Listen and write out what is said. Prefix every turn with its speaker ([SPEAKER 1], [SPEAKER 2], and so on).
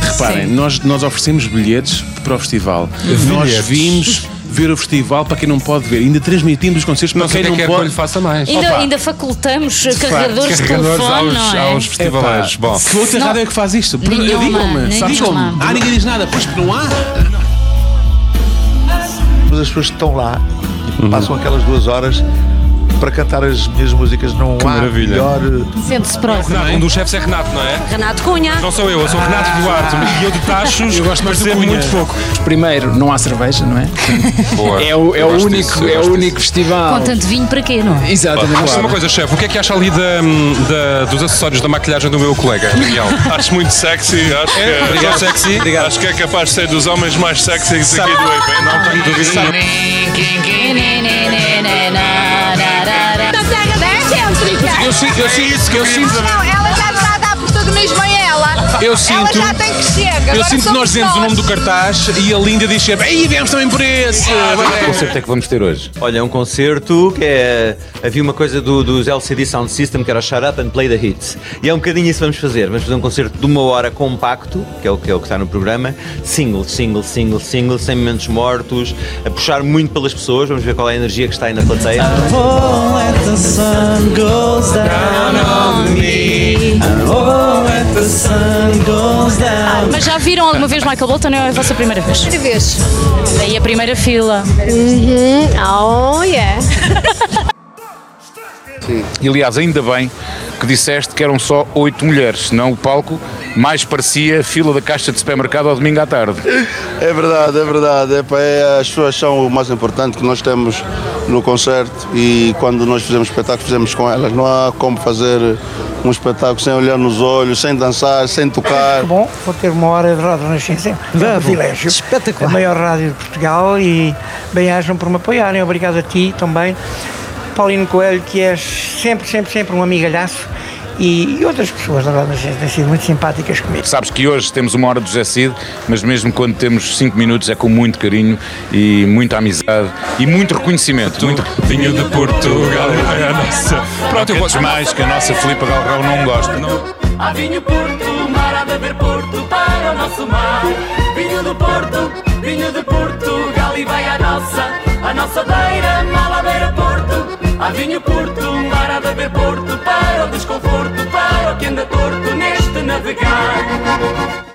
[SPEAKER 1] reparem,
[SPEAKER 2] Sim.
[SPEAKER 1] nós, nós oferecemos bilhetes para o festival. Nós
[SPEAKER 3] Bilhetes.
[SPEAKER 1] vimos ver o festival para quem não pode ver. Ainda transmitimos os concertos para
[SPEAKER 3] Não sei
[SPEAKER 1] quem
[SPEAKER 3] nem
[SPEAKER 1] não
[SPEAKER 4] é
[SPEAKER 3] quer que eu
[SPEAKER 1] pode.
[SPEAKER 3] lhe faça mais.
[SPEAKER 2] Ainda,
[SPEAKER 1] Opa.
[SPEAKER 2] ainda facultamos carregadores de
[SPEAKER 3] Carregadores
[SPEAKER 2] telefone,
[SPEAKER 3] aos,
[SPEAKER 2] não é?
[SPEAKER 3] aos
[SPEAKER 1] Epá,
[SPEAKER 3] festivaletes. Bom,
[SPEAKER 1] Que outra
[SPEAKER 2] Não-
[SPEAKER 1] rádio é que faz isto? Por-
[SPEAKER 2] Nenhuma,
[SPEAKER 1] Digam-me,
[SPEAKER 2] nenhuma.
[SPEAKER 1] digam-me. Ah, ninguém diz nada, pois não há?
[SPEAKER 5] Mas as pessoas que estão lá e passam aquelas duas horas para cantar as minhas músicas. Não há
[SPEAKER 3] maravilha.
[SPEAKER 5] melhor. eh,
[SPEAKER 6] Sente-se próximo.
[SPEAKER 3] Renato, um dos chefes é Renato, não é?
[SPEAKER 6] Renato Cunha.
[SPEAKER 3] Não sou eu, eu sou Renato Duarte e eu de Tachos
[SPEAKER 7] Eu gosto mais do
[SPEAKER 3] percebo
[SPEAKER 7] Cunha.
[SPEAKER 3] muito pouco.
[SPEAKER 7] Primeiro, não há cerveja, não é?
[SPEAKER 3] Boa.
[SPEAKER 7] É o, é
[SPEAKER 3] Eu
[SPEAKER 7] o
[SPEAKER 3] gosto
[SPEAKER 7] único,
[SPEAKER 3] disso, eu
[SPEAKER 7] é
[SPEAKER 3] gosto
[SPEAKER 7] o único
[SPEAKER 3] disso.
[SPEAKER 7] festival.
[SPEAKER 2] Com tanto vinho, para quê, não é?
[SPEAKER 7] Exatamente.
[SPEAKER 3] Ah, só
[SPEAKER 7] claro.
[SPEAKER 3] uma coisa, chefe, o que é que acha ali da, da- dos acessórios da maquilhagem do meu colega, Miguel?
[SPEAKER 8] Acho muito sexy, acho que
[SPEAKER 3] É, obrigado, sexy. Obrigado.
[SPEAKER 8] Acho que é capaz de ser dos homens mais sexys aqui do evento.
[SPEAKER 3] Não tenho dúvida nenhuma.
[SPEAKER 9] Né,
[SPEAKER 7] Eu sinto,
[SPEAKER 4] É
[SPEAKER 7] eu sinto, eu sinto,
[SPEAKER 9] né, Não, ela já tá está a dar protagonismo a ela.
[SPEAKER 1] Eu
[SPEAKER 9] Ela
[SPEAKER 1] sinto.
[SPEAKER 9] já tem que chegar.
[SPEAKER 1] Eu sinto que nós dizemos o nome do cartaz e a Linda diz sempre, aí viemos também por esse.
[SPEAKER 4] Ah,
[SPEAKER 10] concerto é que vamos ter hoje?
[SPEAKER 11] Olha, é um concerto que é. Havia uma coisa do, dos LCD Sound System que era Shut Up and Play the Hits. E é um bocadinho isso que vamos fazer. Vamos fazer um concerto de uma hora compacto, que é o que, é o que está no programa. Single, single, single, single, sem momentos mortos. A puxar muito pelas pessoas. Vamos ver qual é a energia que está aí na plateia.
[SPEAKER 2] Mas já viram alguma vez Michael Bolton? Não é a vossa primeira vez?
[SPEAKER 9] Primeira vez.
[SPEAKER 2] Daí a primeira fila.
[SPEAKER 6] Oh, yeah.
[SPEAKER 4] E aliás, ainda bem que disseste que eram só oito mulheres, senão o palco mais parecia fila da caixa de supermercado ao domingo à tarde.
[SPEAKER 10] É verdade, é verdade. Epá, é, as pessoas são o mais importante que nós temos no concerto e quando nós fizemos espetáculo, fizemos com elas. Não há como fazer um espetáculo sem olhar nos olhos, sem dançar, sem tocar.
[SPEAKER 9] Bom, vou ter uma hora de Rádio Renascença. Um privilégio. Espetacular. A maior rádio de Portugal e bem-ajam por me apoiarem. Obrigado a ti também. Paulino Coelho, que és sempre, sempre, sempre um amigalhaço. E, e outras pessoas da Rádio Renascença têm sido muito simpáticas comigo.
[SPEAKER 4] Sabes que hoje temos uma hora do José Cid, mas mesmo quando temos cinco minutos é com muito carinho e muita amizade e muito reconhecimento. Muito...
[SPEAKER 3] Vinho de Portugal é a nossa. Pronto, eu
[SPEAKER 4] Antes
[SPEAKER 3] gosto
[SPEAKER 4] de mais que a nossa Filipa Galrão não gosta.
[SPEAKER 9] Há vinho Porto, mar a beber Porto para o nosso mar. Vinho do Porto, vinho de Portugal e vai a nossa, a nossa beira, maladeira Porto. Há vinho Porto, mar a beber Porto para o desconforto, para o que anda torto neste navegar.